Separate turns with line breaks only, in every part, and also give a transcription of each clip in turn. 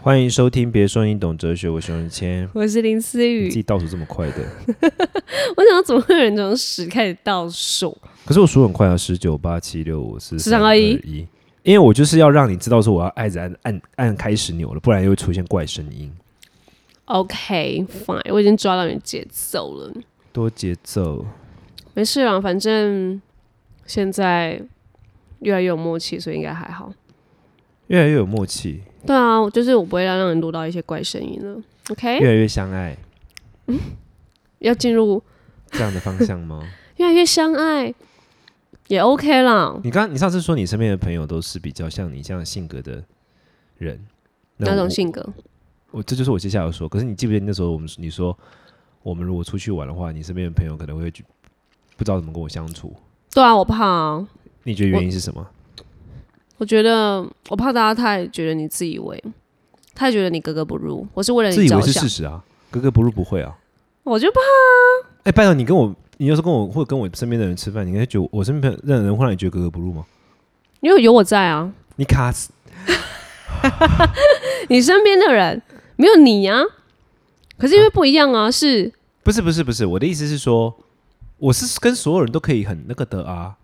欢迎收听，别说你懂哲学，我是熊仁谦。
我是林思
你
雨
自，己倒数这么快的，
我想到怎么会有人从十开始倒数？
可是我数很快啊，十九八七六五四
13二一
一，因为我就是要让你知道说我要按着按按按开始钮了，不然又会出现怪声音。
OK fine，我已经抓到你的节奏了，
多节奏，
没事啦，反正现在越来越有默契，所以应该还好。
越来越有默契，
对啊，我就是我不会让让你录到一些怪声音了。OK，
越来越相爱，
要进入
这样的方向 吗？
越来越相爱，也 OK 啦。
你刚你上次说你身边的朋友都是比较像你这样性格的人，那
哪
我
种性格？
我这就是我接下来要说。可是你记不记得那时候我们你说，我们如果出去玩的话，你身边的朋友可能会觉不知道怎么跟我相处。
对啊，我怕、啊，
你觉得原因是什么？
我觉得我怕大家太觉得你自以为，太觉得你格格不入。我是为了
自
你
以为
着
是
想
事，实啊，格格不入不会啊。
我就怕。
哎、拜托你跟我，你要是跟我或者跟我身边的人吃饭，你应该觉得我身边的任何人会让你觉得格格不入吗？
因为有我在啊，
你卡死，
你身边的人没有你啊，可是因为不一样啊，是
不是不是不是，我的意思是说，我是跟所有人都可以很那个的啊。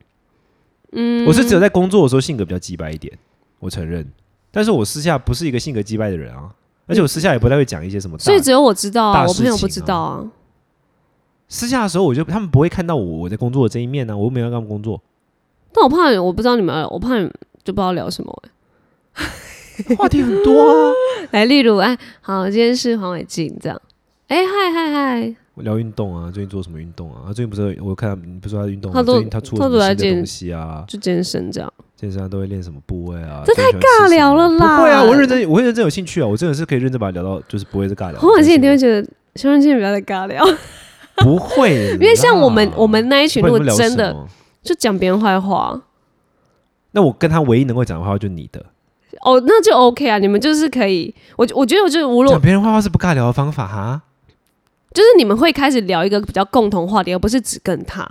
嗯，我是只有在工作的时候性格比较鸡掰一点，我承认。但是我私下不是一个性格鸡掰的人啊，而且我私下也不太会讲一些什么大。
所以只有我知道啊，
大
我朋友
事情
不
啊
知道啊。
私下的时候，我就他们不会看到我我在工作的这一面呢、啊我又没有让他们工作。
但我怕我不知道你们，我怕你们就不知道聊什么、欸
话题很多啊，
来，例如，哎，好，今天是黄伟晋这样，哎，嗨嗨嗨，
我聊运动啊，最近做什么运动啊？他最近不是我看他你不是说他运动吗，啊
他都
最近他出了什
他都
么
在
新的
健
东西啊？
就健身这样。
健身啊都会练什么部位啊？
这
太
尬聊了啦
不会啊，我认真，我会认真有兴趣啊，我真的是可以认真把它聊到，就是不会是尬 聊。
黄伟晋一定会
真
觉得熊仁谦不要再 尬聊，
的 不会啦，因
因为像我们我们那一群，如果真的，就讲别人坏话，
那我跟他唯一能够讲的话就是你的，
哦，那就 OK 啊，你们就是可以，我我觉得我就是无论
讲别人坏话是不尬聊的方法哈。
就是你们会开始聊一个比较共同话题，而不是只跟他，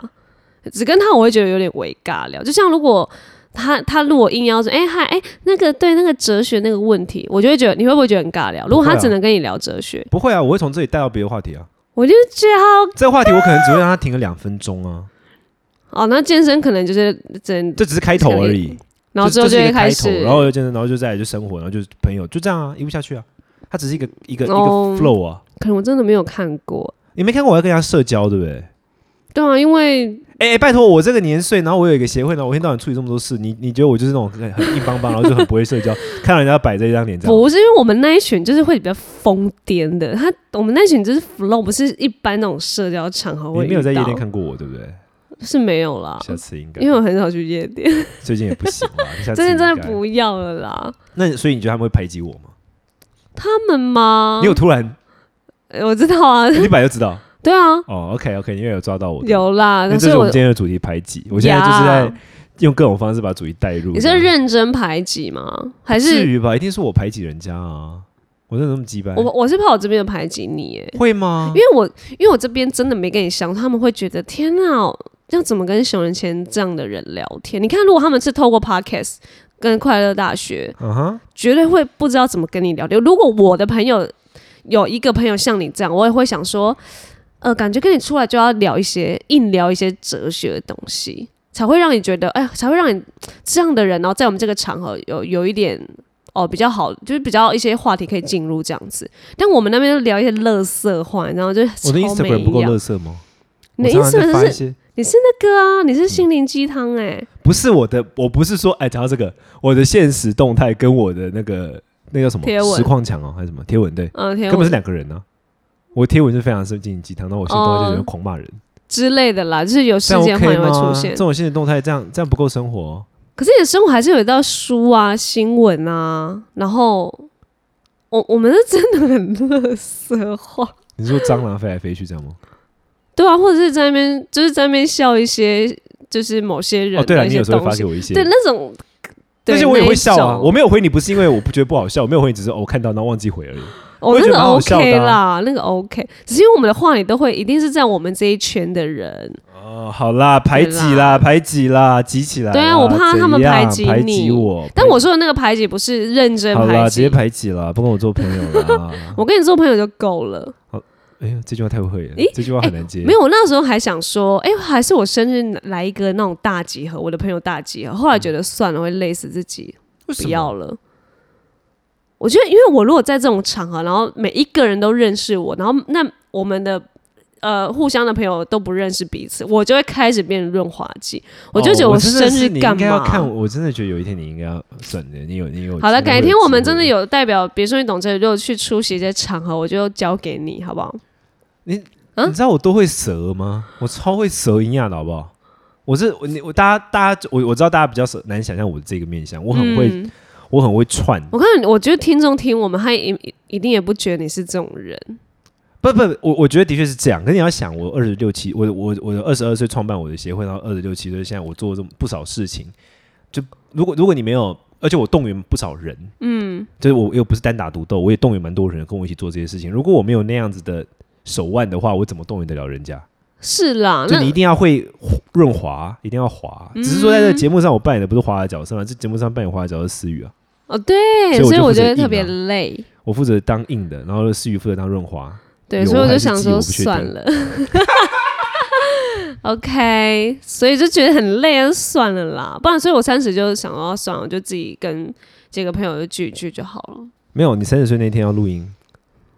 只跟他我会觉得有点微尬聊。就像如果他他如果硬要说，哎、嗨，哎、那个对那个哲学那个问题，我就会觉得你会不会觉得很尬聊？如果他
不会啊
只能跟你聊哲学，
不会啊，我会从这里带到别的话题啊。
我就觉得好
这个话题我可能只会让他停个两分钟啊，
哦，那健身可能就是真，
这只是开头而已。
然后之后
就
就
就是一个
会开
开
始
头，，然后又健身，然后就再来就生活，然后就是朋友，就这样啊，一步下去啊。它只是一个一个、
哦
一个 flow 啊。
可能我真的没有看过，
你没看过我要跟人家社交，对不对？
对啊，因为
哎、拜托，我这个年岁，然后我有一个协会，然后我一天到晚处理这么多事，你你觉得我就是那种很很硬邦邦，然后就很不会社交，看到人家摆这一张脸这样，
不是因为我们那一群就是会比较疯癫的，他我们那一群就是 flow，不是一般那种社交场合会
你没有在
遇
夜
到
店看过我，对不对？
是没有啦，
下次应该，
因为我很少去夜店，
最近也不行了，你下次
真的真
应
的
该。
不要了啦。
那所以你觉得他们会排挤我吗？
他们吗？
你有突然，
呃我知道啊，
你本来就知道
对啊，
哦。OK OK，因为有抓到我的，
有啦。
那
所
这
以
是我
我
们今天的主题排挤。我现在就是在用各种方式把主题带入。
你
这
是
样
认真排挤吗？还
至
是
于吧？一定是我排挤人家啊！我真的那么鸡掰？
我我是怕我这边有排挤你耶？
会吗
因？为我因为我这边真的没跟你相处，他们会觉得天哪，要怎么跟熊仁谦这样的人聊天？你看，如果他们是透过 podcast 跟快乐大学，
嗯哼，
绝对会不知道怎么跟你聊天。如果我的朋友有一个朋友像你这样，我也会想说，呃，感觉跟你出来就要聊一些硬聊一些哲学的东西，才会让你觉得，哎呀，才会让你这样的人，然后在我们这个场合有有一点。哦，比较好，就是比较一些话题可以进入这样子。但我们那边就聊一些乐色话，然后就哎
我的
超没
Instagram 不够
营养
乐色吗？
你的
我常常在
Instagram
发一
是
些
你是那个啊，你是心灵鸡汤哎，
不是我的，我不是说哎，讲到这个，我的现实动态跟我的那个那叫什么
贴文
实况墙哦，还是什么贴文？对，
嗯、天
根本是两个人呢。啊我贴文是非常是进行鸡汤，那我现实动态
哦
就有人狂骂人，
之类的啦，就是有事
这样
件
OK
换也会
吗？
出现
这。种现实动态这样这样不够生活哦。
可是你的生活还是有一道书啊、新闻啊，然后我我们是真的很乐色化，
你是说蟑螂飞来飞去这样吗？
对啊，或者是在那边就是在那边笑一些，就是某些人
哦，对了，
的一
你
些
有时候会
东
发
西，
给我一些
对那种，对
但是我也会笑
那一
啊，
种
我没有回你不是因为我不觉得不好笑，我没有回你只是哦我看到然后忘记回而已。我
哦
也觉
那
得
个
蛮好笑的啊
哦 OK 啦，那个 OK，只是因为我们的话里都会一定是在我们这一圈的人，
哦，好啦，排挤啦，排挤啦，挤起来啦。
对啊我怕他们
怎样
排
排
挤你
挤我。
但我说的那个排挤不是认真
好
排
啦，直接
挤，
排挤啦，不跟我做朋友啦。
我跟你做朋友就够了。
哎呀，这句话太会了
咦，
这句话很难接。
没有，我那时候还想说，哎、还是我生日来一个那种大集合，我的朋友大集合。后来觉得算了，会累死自己，
嗯为什
不
么哦
要了。我觉得，因为我如果在这种场合，然后每一个人都认识我，然后那我们的呃互相的朋友都不认识彼此，我就会开始变润滑剂。我就觉得
哦我真
生
的
日
是你
干
应该要
嘛？
看我，我真的觉得有一天你应该要算了，你有你有。
好了，
你会
改天
有
我们
机
真的
会
有代表，比如说你懂这里，如果去出席一些场合，我就交给你，好不好？嗯
你知道我都会折吗？我超会折营养的好不好？我是我你我大家大家我我知道大家比较难想象我这个面相，我很会、
嗯
我很会串，
我看，我觉得听众听我们，他一一定也不觉得你是这种人。
不不，我我觉得的确是这样。可是你要想，我二十六七，我我我二十二岁创办我的协会，然后二十六七岁，现在我做这么不少事情，就如果如果你没有，而且我动员不少人，嗯，就是我又不是单打独斗，我也动员蛮多人跟我一起做这些事情。如果我没有那样子的手腕的话，我怎么动员得了人家？
是啦，
就
哦那
你一定要会润滑，一定要滑。只是说在这个节目上，我扮演的不是滑的角色嘛，这节目上扮演滑的角色是思雨啊，
哦对，
所以我
所以
就
我
负责
觉得
硬
特别
啊
累。
我负责当硬的，然后思雨负责当润滑。
对，
有
所以我
还
就是想
记
说
我不确定
算了。OK，所以就觉得很累，就算了啦。不然，所以我三十就想要算了，我就自己跟几个朋友就聚一聚就好了。
没有，你三十岁那天要录音，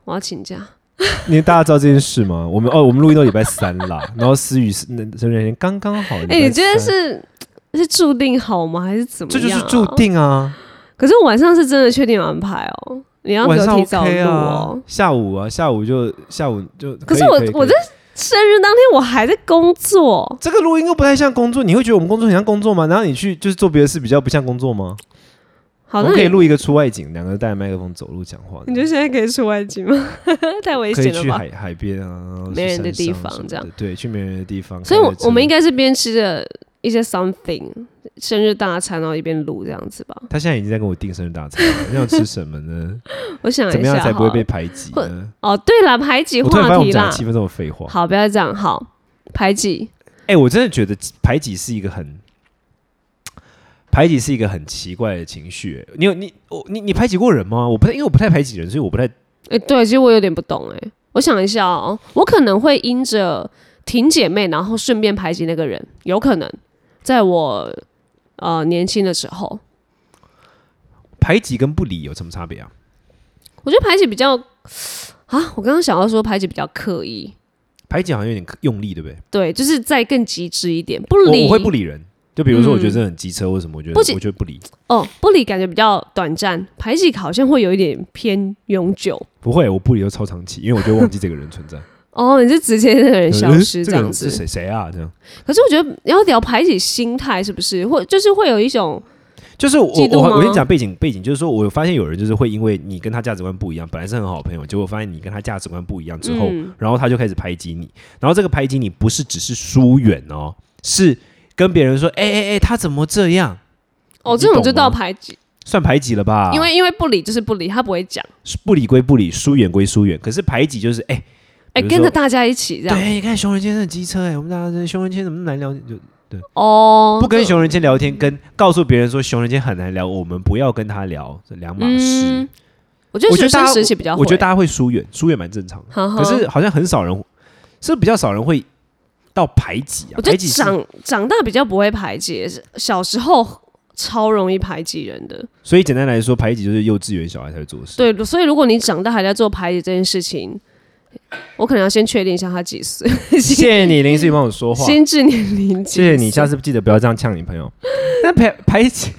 我要请假，
因为大家知道这件事吗？我们哦，我们录音到礼拜三啦， 然后思雨是那那天刚刚好。
哎、你觉得
礼拜三？
是是注定好吗？还是怎么
这
样、
就是注。定啊，
可是晚上是真的确定有安排哦、你要给
晚
我
上
提早录
OK
哦、
啊，下午啊，下午就下午就。
可是
以
我
以
我
可以
这生日当天我还在工作，
这个录音又不太像工作，你会觉得我们工作很像工作吗？然后你去就是做别的事，比较不像工作吗？
好，
我
那
们可以
你
录一个出外景，两个人带着麦克风走路讲话的，
你觉得现在可以出外景吗？ 太危
可以
险了
去
吧？
海海边啊，然后去
没人的
山上
地方
什么
这样
的，对，去没人的地方。
所以我，我们应
该
该是边吃着一些 something 生日大餐，然后一边录这样子吧。
他现在已经在跟我订生日大餐了， 你想吃什么呢？
我想一下，
怎么样才不会被
好
排挤呢？
了？哦，对了，排挤
我突然发现
话
我
题
们讲
啦
了。七分钟的废话。
好，不要这样。好，排挤。
哎、我真的觉得排挤是一个很排挤是一个很奇怪的情绪、欸你有你我你你排挤过人吗？我不太，因为我不太排挤人，所以我不太
哎、对，其实我有点不懂哎、我想一下哦，我可能会因着挺姐妹，然后顺便排挤那个人，有可能在我呃年轻的时候，
排挤跟不理有什么差别啊？
我觉得排挤比较啊，我刚刚想要说排挤比较刻意，
排挤好像有点用力，对不对？
对，就是再更极致一点，不理
我我会不理人，就比如说我觉得
嗯
这很机车或什么，我觉得
不仅
我觉得不理，
哦，不理感觉比较短暂，排挤好像会有一点偏永久
不会，我不理都超长期，因为我就忘记这个人存在，
哦，你是直接那个人消
嗯
失
这
这
个
样
人是
子。
谁谁啊？这样
可是我觉得要聊排挤心态是不是，或就是会有一种
就是我
嫉妒
我
吗
我跟你讲背景背景，就是说我发现有人就是会因为你跟他价值观不一样，本来是很好的朋友，结果发现你跟他价值观不一样之后，
嗯
然后他就开始排挤你，然后这个排挤你不是只是疏远哦，是跟别人说，哎哎哎，他怎么这样？
哦，
你
这种
懂
就到
吗
排挤，
算排挤了吧？
因为因为不理就是不理，他不会讲，
不理归不理，疏远归疏远，可是排挤就是哎。
哎，
比如
跟着
说
大家一起这样
对，你看熊仁谦真的机车哎、我们大家真的熊仁谦怎么那么难聊天？就
哦，
不跟熊仁谦聊天，跟告诉别人说熊仁谦很难聊，我们不要跟他聊，这两码事
嗯。，我觉得
我觉
学
得大
生
家
时期比较会，
我觉得大家会疏远，疏远蛮正常的。
哈
可
哈
是好像很少人，是不是比较少人会到排挤啊？
我
排
觉得
挤是
长长大比较不会排挤，小时候超容易排挤人的。
所以简单来说，排挤就是幼稚园小孩才会做的事。，
对，所以如果你长大还在做排挤这件事情，我可能要先确定一下他几岁，
谢谢你林思雨帮我说话，
心智年龄几
谢
岁。
谢你，下次记得不要这样呛你朋 友。那排排挤，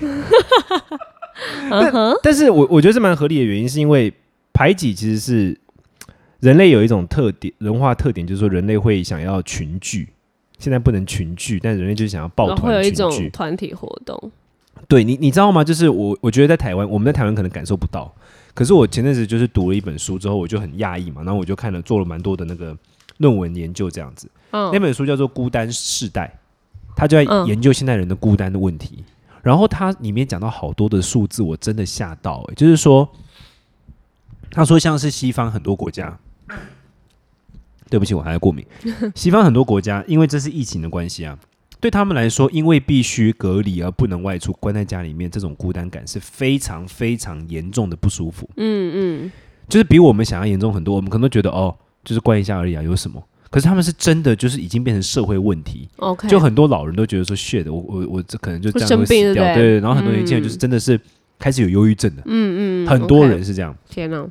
嗯哼，
但是我我觉得这蛮合理的原因，是因为排挤其实是人类有一种特点，文化特点就是说人类会想要群聚。现在不能群聚，但人类就是想要抱
然后会有
团
一
群聚。
种团体活动，
对你，你知道吗？就是我，我觉得在台湾，我们在台湾可能感受不到。可是我前阵子就是读了一本书之后，我就很讶异嘛，然后我就看了做了蛮多的那个论文研究这样子。
嗯
那本书叫做《孤单世代》，他就在
嗯
研究现代人的孤单的问题。然后它里面讲到好多的数字，我真的吓到、欸。就是说，他说像是西方很多国家，对不起，我还在过敏。西方很多国家因为这是疫情的关系啊，对他们来说，因为必须隔离而不能外出，关在家里面，这种孤单感是非常非常严重的不舒服。
嗯嗯，
就是比我们想要严重很多。我们可能都觉得哦，就是关一下而已啊，有什么？可是他们是真的就是已经变成社会问题，
OK，
就很多老人都觉得说 shit，我我我这可能就这样
会生
会死
病对
掉，对
不对嗯
对。然后很多年轻人就是真的是开始有忧郁症的，
嗯嗯，
很多
OK
人是这样。
天哪，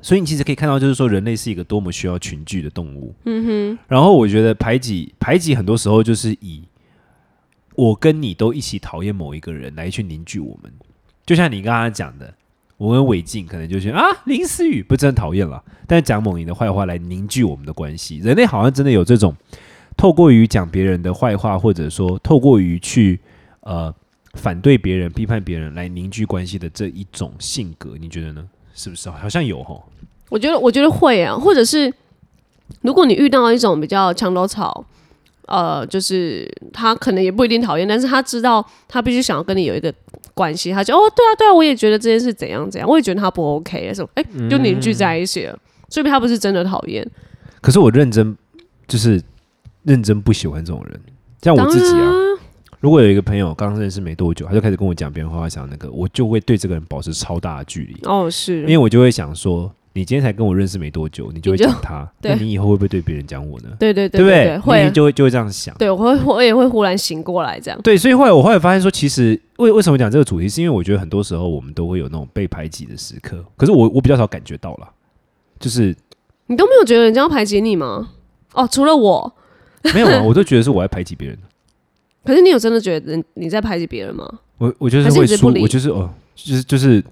所以你其实可以看到，就是说人类是一个多么需要群聚的动物。嗯哼。然后我觉得排挤排挤很多时候就是以我跟你都一起讨厌某一个人来去凝聚我们。就像你刚刚讲的，我跟伟静可能就是啊林思雨不是很讨厌了，但是讲某人的坏话来凝聚我们的关系。人类好像真的有这种透过于讲别人的坏话，或者说透过于去呃反对别人、批判别人来凝聚关系的这一种性格，你觉得呢？是不是？好像有吼。
我觉得我觉得会啊，或者是如果你遇到一种比较墙头草，呃，就是他可能也不一定讨厌，但是他知道他必须想要跟你有一个关系，他就哦，对啊，对啊，我也觉得这件事怎样怎样，我也觉得他不 OK，什么哎，就凝
嗯
聚在一起了，说不定他不是真的讨厌。
可是我认真就是认真不喜欢这种人，像我自己
当然
啊。如果有一个朋友刚认识没多久，他就开始跟我讲别人坏话，讲那个，我就会对这个人保持超大的距离，
哦，
因
是，
为我就会想说，你今天才跟我认识没多久，你就会
你就
讲他，那
对
你以后会不会对别人讲我呢？
对对
不
对，
你
会，
就会就会这样想。
对我会我也会忽然醒过来这样。
对，所以后来我后来发现说，其实为为什么讲这个主题，是因为我觉得很多时候我们都会有那种被排挤的时刻，可是我我比较少感觉到啦，就是
你都没有觉得人家要排挤你吗？哦，除了我，
没有啊，我都觉得是我在排挤别人。
可是你有真的觉得人你在排挤别人吗？
我我就是
还是
会
你直接
疏，
不理
我就是哦，就是就是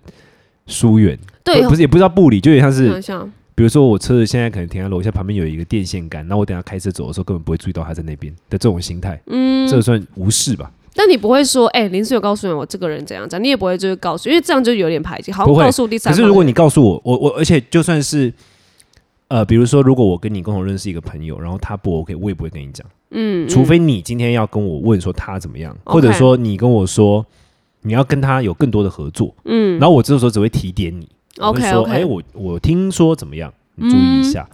疏远，
对，
呃
哦嗯
不不是也不知道不理，就有点像
想
是，
一下，
比如说我车子现在可能停在楼下旁边有一个电线杆，那我等一下开车走的时候根本不会注意到他在那边的这种心态，
嗯，
这算无视吧？
但你不会说，哎、林思有告诉你我这个人怎样怎样，你也不会就是告诉，因为这样就有点排挤，好
不
像
会
告诉第三
可
方
是
人。
如果你告诉我，我我而且就算是，呃，比如说如果我跟你共同认识一个朋友，然后他不 OK，我也不会跟你讲，
嗯，嗯
除非你今天要跟我问说他怎么样，
OK
或者说你跟我说你要跟他有更多的合作，
嗯
然后我这时候只会提点你。我会
OK
说，
OK，、嗯
哎、我我听说怎么样？你注意一下。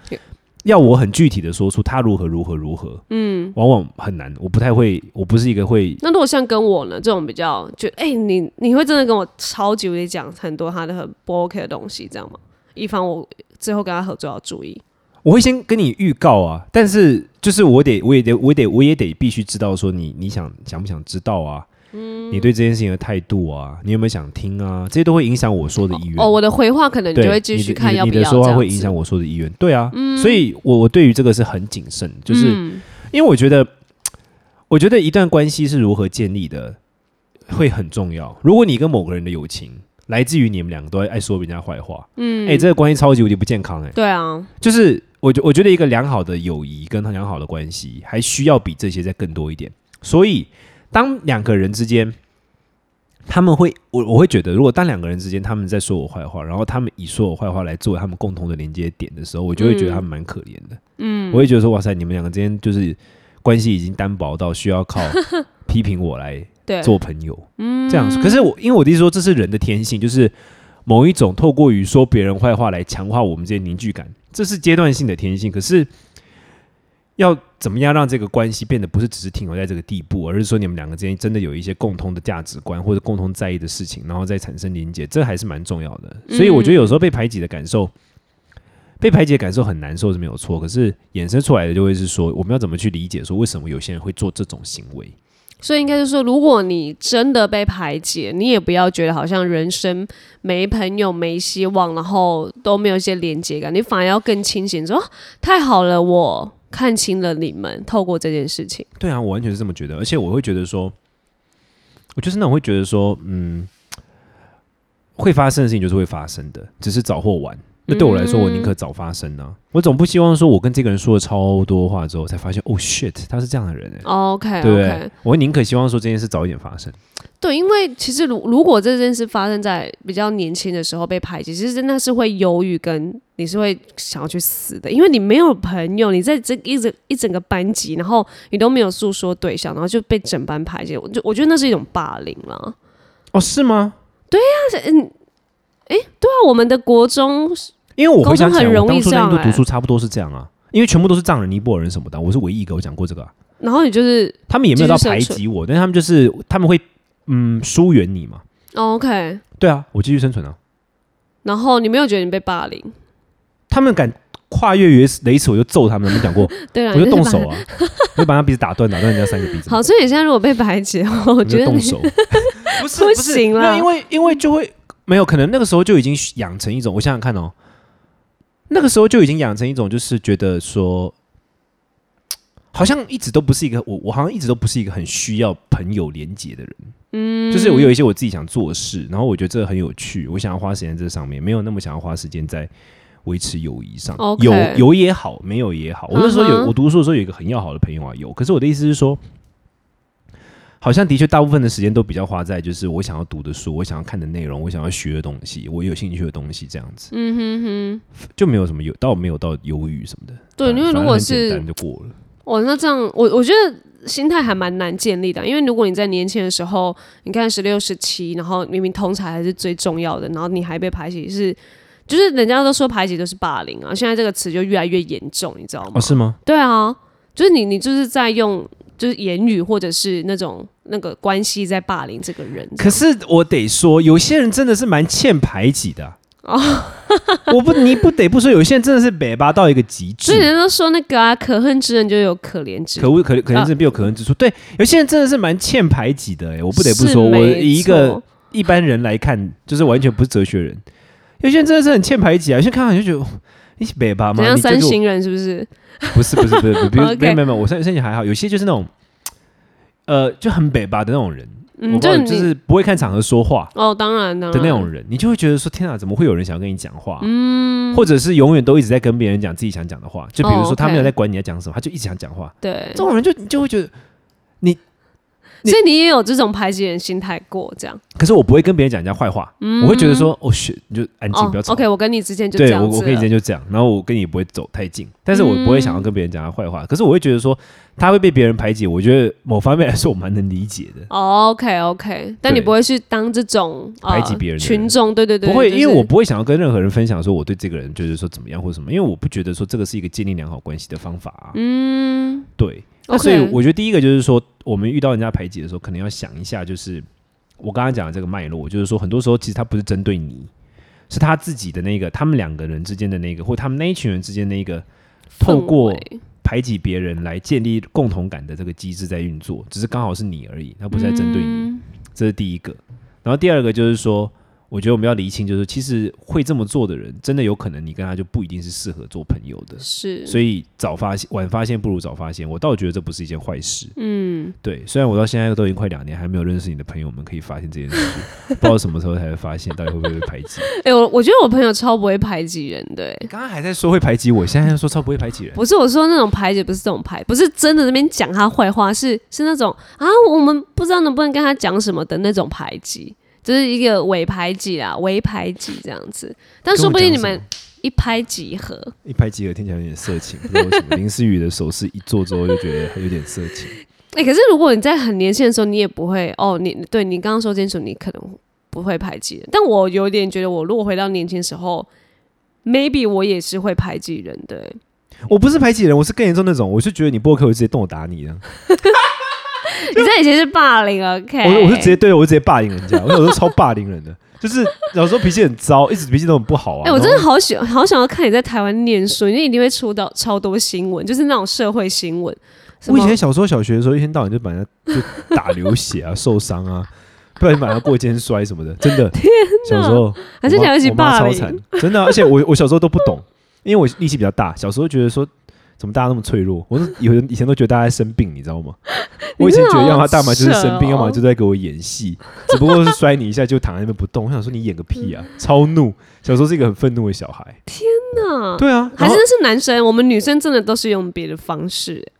要我很具体的说出他如何如何如何，
嗯，
往往很难。我不太会，我不是一个会，
那如果像跟我呢这种比较，就哎、你你会真的跟我超级无敌讲很多他的很不 OK 的东西，这样吗？以防我之后跟他合作要注意。
我会先跟你预告啊，但是就是我得，我也得，我得，我也得必须知道说你你想想不想知道啊，
嗯
你对这件事情的态度啊，你有没有想听啊，这些都会影响我说的意愿。
哦，我的回话可能你
对，
就会继续看
你的
要
你
不
的你的
要
说
这
话
样
会影
子
响我说的意愿，对啊，所以我我对于这个是很谨慎，就是、
嗯
因为我觉得，我觉得一段关系是如何建立的，会很重要。如果你跟某个人的友情来自于你们两个都爱说人家坏话，嗯，哎、这个关系超级无敌不健康、哎，
对啊，
就是我觉我觉得一个良好的友谊跟良好的关系，还需要比这些再更多一点。所以，当两个人之间，他们会我我会觉得，如果当两个人之间他们在说我坏话，然后他们以说我坏话来作为他们共同的连接点的时候，我就会觉得他们蛮可怜的。嗯，我会觉得说，哇塞，你们两个之间就是关系已经单薄到需要靠 批评我来
对，
做朋友，嗯，这样。可是我因为我的意思说，这是人的天性，就是某一种透过于说别人坏话来强化我们这些凝聚感，这是阶段性的天性。可是要怎么样让这个关系变得不是只是停留在这个地步，而是说你们两个之间真的有一些共通的价值观或者共同在意的事情，然后再产生连接，这还是蛮重要的。所以我觉得有时候被排挤的感受。被排挤的感受很难受是没有错，可是衍生出来的就会是说，我们要怎么去理解说为什么有些人会做这种行为？
所以应该是说，如果你真的被排解，你也不要觉得好像人生没朋友、没希望，然后都没有一些连接感，你反而要更清醒，说、啊太好了，我看清了你们，透过这件事情，
对啊，我完全是这么觉得，而且我会觉得说，我就是那种会觉得说，嗯，会发生的事情就是会发生的，只是早或晚。那对我来说，我
嗯
宁可早发生呢、我总不希望说我跟这个人说了超多话之后，才发现哦 shit，他是这样的人、欸，
OK 哦 OK，
对不对？我会宁可希望说这件事早一点发生。
对，因为其实如如果这件事发生在比较年轻的时候被排挤，其实真的是会忧郁，跟你是会想要去死的，因为你没有朋友，你在这一整一整个班级，然后你都没有诉说对象，然后就被整班排挤，我就我觉得那是一种霸凌啦。
哦，是吗？
对啊，我们的国中啊
因为我
高
会
中
想起来，
很
我
容
当
易
初在印
上
度
来欸
读书差不多是这样啊。因为全部都是藏人、尼泊尔人什么的，我是唯一一个我讲过这个、啊，
然后你就是
他们也没有到
继续生
排
存
挤我，但是他们就是他们会嗯疏远你嘛，
哦 OK，
对啊，我继续生存啊，
然后你没有觉得你被霸凌？
他们敢跨越雷雷池，我就揍他们，没讲过，
对啊，
我就
你被
动
霸
手
凌。
啊，我就把他鼻子打断，打断人家三个鼻子，
好，所以你现在如果被排挤的话，我
我
觉
就
得
动
你
手， 不是
不
不是，
行
没
啦
有因为因为就会没有，可能那个时候就已经养成一种，我想想看哦，那个时候就已经养成一种，就是觉得说，好像一直都不是一个我，我好像一直都不是一个很需要朋友连接的人，嗯，就是我有一些我自己想做的事，然后我觉得这很有趣，我想要花时间在这上面，没有那么想要花时间在。维持友谊上
OK
有有也好，没有也好。我那时候有
嗯哼
我读书的时候有一个很要好的朋友啊，有。可是我的意思是说，好像的确大部分的时间都比较花在就是我想要读的书、我想要看的内容、我想要学的东西、我有兴趣的东西这样子，
嗯哼哼，
就没有什么有到没有到忧郁什么的。
对，
反
因为如
反正
果
很简
是
单就过了，
哇，哦那这样我我觉得心态还蛮难建立的，啊因为如果你在年轻的时候，你看十六、十七，然后明明通才还是最重要的，然后你还被排挤，是就是人家都说排挤都是霸凌啊，现在这个词就越来越严重，你知道吗？
哦，是吗？
对啊，就是你你就是在用就是言语或者是那种那个关系在霸凌这个人，
可是我得说，有些人真的是蛮欠排挤的、啊。
哦
我不，你不得不说，有些人真的是北巴到一个极
所
致。
以人家都说那个啊，可恨之人就有可怜之
可恶可可能
啊
是必有可恨之处，对，有些人真的是蛮欠排挤的、欸，我不得不
是
说，我
没
以一个
错
一般人来看，就是完全不是哲学人。有些人真的是很欠排挤啊，有些人看到你就觉得哦你是北巴吗？
怎样
你这
三
就哦
星人是不是？
不是不是不是，不 是比如
OK
没有没有没有，我身身体还好，有些就是那种，呃，就很北吧的那种人，我
嗯，
不知道
你
就是不会看场合说话
哦，当然当
的
然
那种人，你就会觉得说天啊，怎么会有人想要跟你讲话？嗯，或者是永远都一直在跟别人讲自己想讲的话，就比如
哦
说
，OK
他没有在管你在讲什么，他就一直想讲话，
对
这，种人就你就会觉得，你
所以你也有这种排挤人心态过这样。
可是我不会跟别人讲人家坏话，我会觉得说哦，是你就安静，不要吵。
嗯 OK，我跟你之间就这
对
样
我，
子了。嗯
我跟你之间就这样，然后我跟你也不会走太近，但是我不会想要跟别人讲他坏话。可是我会觉得说他会被别人排挤，我觉得某方面来说我蛮能理解的。
哦，OK，OK、o k OK，但你
对
不会去当这种呃
排挤别人的人
群众，对对对，
不会，
就是
因为我不会想要跟任何人分享说我对这个人就是说怎么样或什么，因为我不觉得说这个是一个建立良好关系的方法啊。
嗯
对，那
OK
所以我觉得第一个就是说，我们遇到人家排挤的时候，可能要想一下，就是我刚刚讲的这个脉络，就是说很多时候其实他不是针对你，是他自己的那个，他们两个人之间的那个，或他们那一群人之间那个，透
氛
过
围
排挤别人来建立共同感的这个机制在运作，只是刚好是你而已，他不是在针对你。
嗯
这是第一个。然后第二个就是说，我觉得我们要厘清，就是其实会这么做的人，真的有可能你跟他就不一定是适合做朋友的。
是，
所以早发现晚发现不如早发现，我倒觉得这不是一件坏事。
嗯，
对，虽然我到现在都已经快两年，还没有认识你的朋友们可以发现这件事，不知道什么时候才会发现，到底会不会被排挤？
哎、我我觉得我朋友超不会排挤人的、欸。
刚刚还在说会排挤我，现在又说超不会排挤人。
不是我说那种排挤，不是这种排，不是真的那边讲他坏话，是是那种啊，我们不知道能不能跟他讲什么的那种排挤，就是一个伪排挤啊，伪排挤这样子。但
跟
说
我
不定
讲
你
什
们
么
一拍即合，
一拍即合，听起来有点色情，不知道为什么。林思雨的手势一做之后，就觉得有点色情。
哎、可是如果你在很年轻的时候，你也不会哦，你对你刚刚说清楚，你可能不会排挤人。但我有点觉得，我如果回到年轻时候，maybe 我也是会排挤人的、欸
我不是排挤人，我是更严重那种，我是觉得你不 OK，我就直接动手打你啊这样。
你在以前是霸凌，OK？
我我是直接对，我是直接霸凌人家，我有时候超霸凌人的， 就是有时候脾气很糟，一直脾气都很不好啊。
哎、我真
然
的
后
好喜好想要看你在台湾念书，你一定会出到超多新闻，就是那种社会新闻。什
我
么
以前小时候小学的时候，一天到晚就把人家就打流血啊、受伤啊，不然把他过肩摔什么的，真的。小时候
还是
我妈
想一起
我妈
霸
超
凌
惨，真的啊、而且我我小时候都不懂，因为我力气比较大，小时候觉得说。怎么大家那么脆弱？我是有人以前都觉得大家在生病，你知道吗？
你
我以前
真的
觉得要
好
么大嘛就是生病，
扯哦
要么就在给我演戏，只不过是摔你一下就躺在那边不动。我想说你演个屁啊！超怒，小时候是一个很愤怒的小孩。
那
对啊，
嗯还
然
是
后
那是男生，我们女生真的都是用别的方式。欸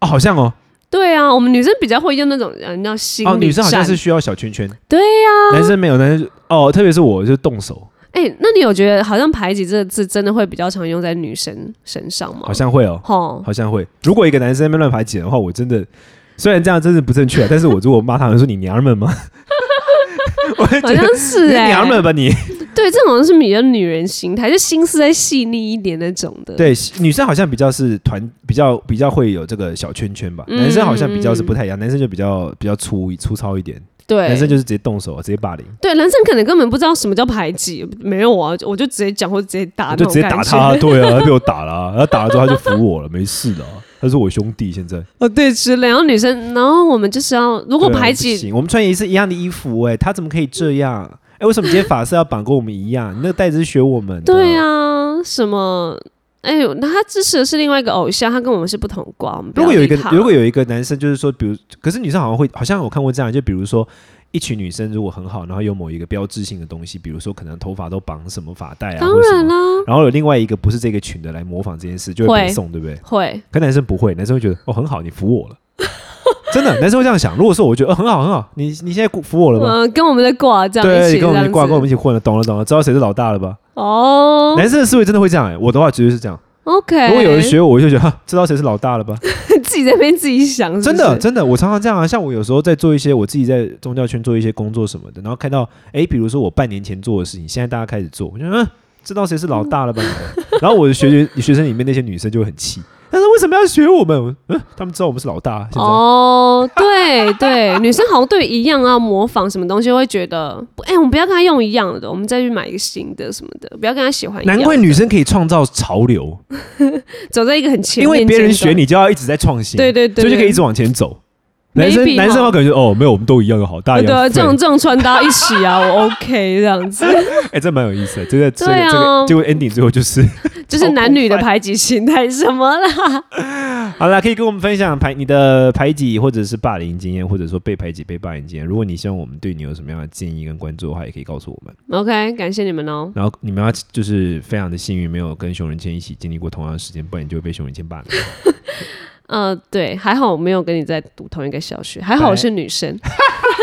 哦，好像哦，
对啊，我们女生比较会用那种嗯，叫心理
哦，女生好像
战啊
是需要小圈圈，
对
呀、男生没有，男生就哦，特别是我就动手，
哎、那你有觉得好像“排挤”这个字真的会比较常用在女生身上吗？
好像会哦，
吼，
好像会。如果一个男生在那边乱排挤的话，我真的虽然这样真的不正确，啊 但是我如果骂他们说你娘们吗？我会
好
觉
像
得。
是
你
哎、
娘们吧你！
对，这好像是比较女人心态，就心思再细腻一点那种的。，
对，女生好像比较是团，比较比较会有这个小圈圈吧。
嗯
男生好像比较是不太一样，男生就比较比较粗粗糙一点，
对，
男生就是直接动手，直接霸凌，
对，男生可能根本不知道什么叫排挤，没有啊，我就直接讲或直接打，
我就直接打他。，对啊，他被我打了啊、然后打了之后他就服我了，没事的啊、他是我兄弟，现在
哦，对，之类。然后女生，然后我们就是要如
如
果排挤，
啊行，我们穿也是一样的衣服、哎，他怎么可以这样？哎、为什么你今天发色要绑跟我们一样？你那个带子是学我们的，
对啊，什么？哎呦，那他支持的是另外一个偶像，他跟我们是不同光。我们不
如果
要
有一
理
个
他
如果有一个男生，就是说，比如，可是女生好像会，好像我看过这样，就比如说一群女生如果很好，然后有某一个标志性的东西，比如说可能头发都绑什么发带啊，
当
或者什
然
么，
啦、
然后有另外一个不是这个群的来模仿这件事，就会被
会
送，对不对？
会
可男生不会，男生会觉得哦很好，你服 我了，真的，男生会这样想。如果是我，我觉得、哦、很好很好，你你现在服我了吗？
呃跟我们在挂这样一
对，你
起这
跟我
样
们
子
挂，跟我们一起混了，懂了懂了，知道谁是老大了吧？
哦哎
男生的思维真的会这样、哎，我的话绝对是这样。
，OK。
如果有人学我，我就觉得哈，知道谁是老大了吧？
自己在那边自己想是不 是，
真的，真的，我常常这样啊。像我有时候在做一些我自己在宗教圈做一些工作什么的，然后看到，哎，比如说我半年前做的事情，现在大家开始做，我就嗯，知道谁是老大了吧？ 然后我的学学学生里面那些女生就会很气，但是为什么要学我们？我嗯，他们知道我们是老大啊，现在、
哦，对对，女生好像对一样啊，模仿什么东西会觉得，不哎、我们不要跟她用一样的，我们再去买一个新的什么的，不要跟她喜欢一样。
难怪女生可以创造潮流，
走在一个很前
因
面，
为别人学，你就要一直在创新，
对对对，
所以就可以一直往前走。男生
Maybe
男生的
哈
话感觉哦，没有，我们都一样就好，大家
对
一
对
样
啊，这种
废
这种穿搭一起啊，我 OK 这样 子，
哎，这蛮有意思的，这个这个
对
这个，
啊
结果 ending 最后就是。
就是男女的排挤心态什么啦。
好啦，可以跟我们分享排你的排挤或者是霸凌经验，或者说被排挤、被霸凌经验。如果你希望我们对你有什么样的建议跟关注的话，也可以告诉我们。
OK，感谢你们哦。
然后你们要就是非常的幸运，没有跟熊仁谦一起经历过同样的时间，不然你就会被熊仁谦霸凌。
呃，对，还好我没有跟你
哎
在读同一个小学，还好我是女生。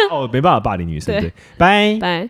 哦，没办法霸凌女生，
对
对，拜。
拜。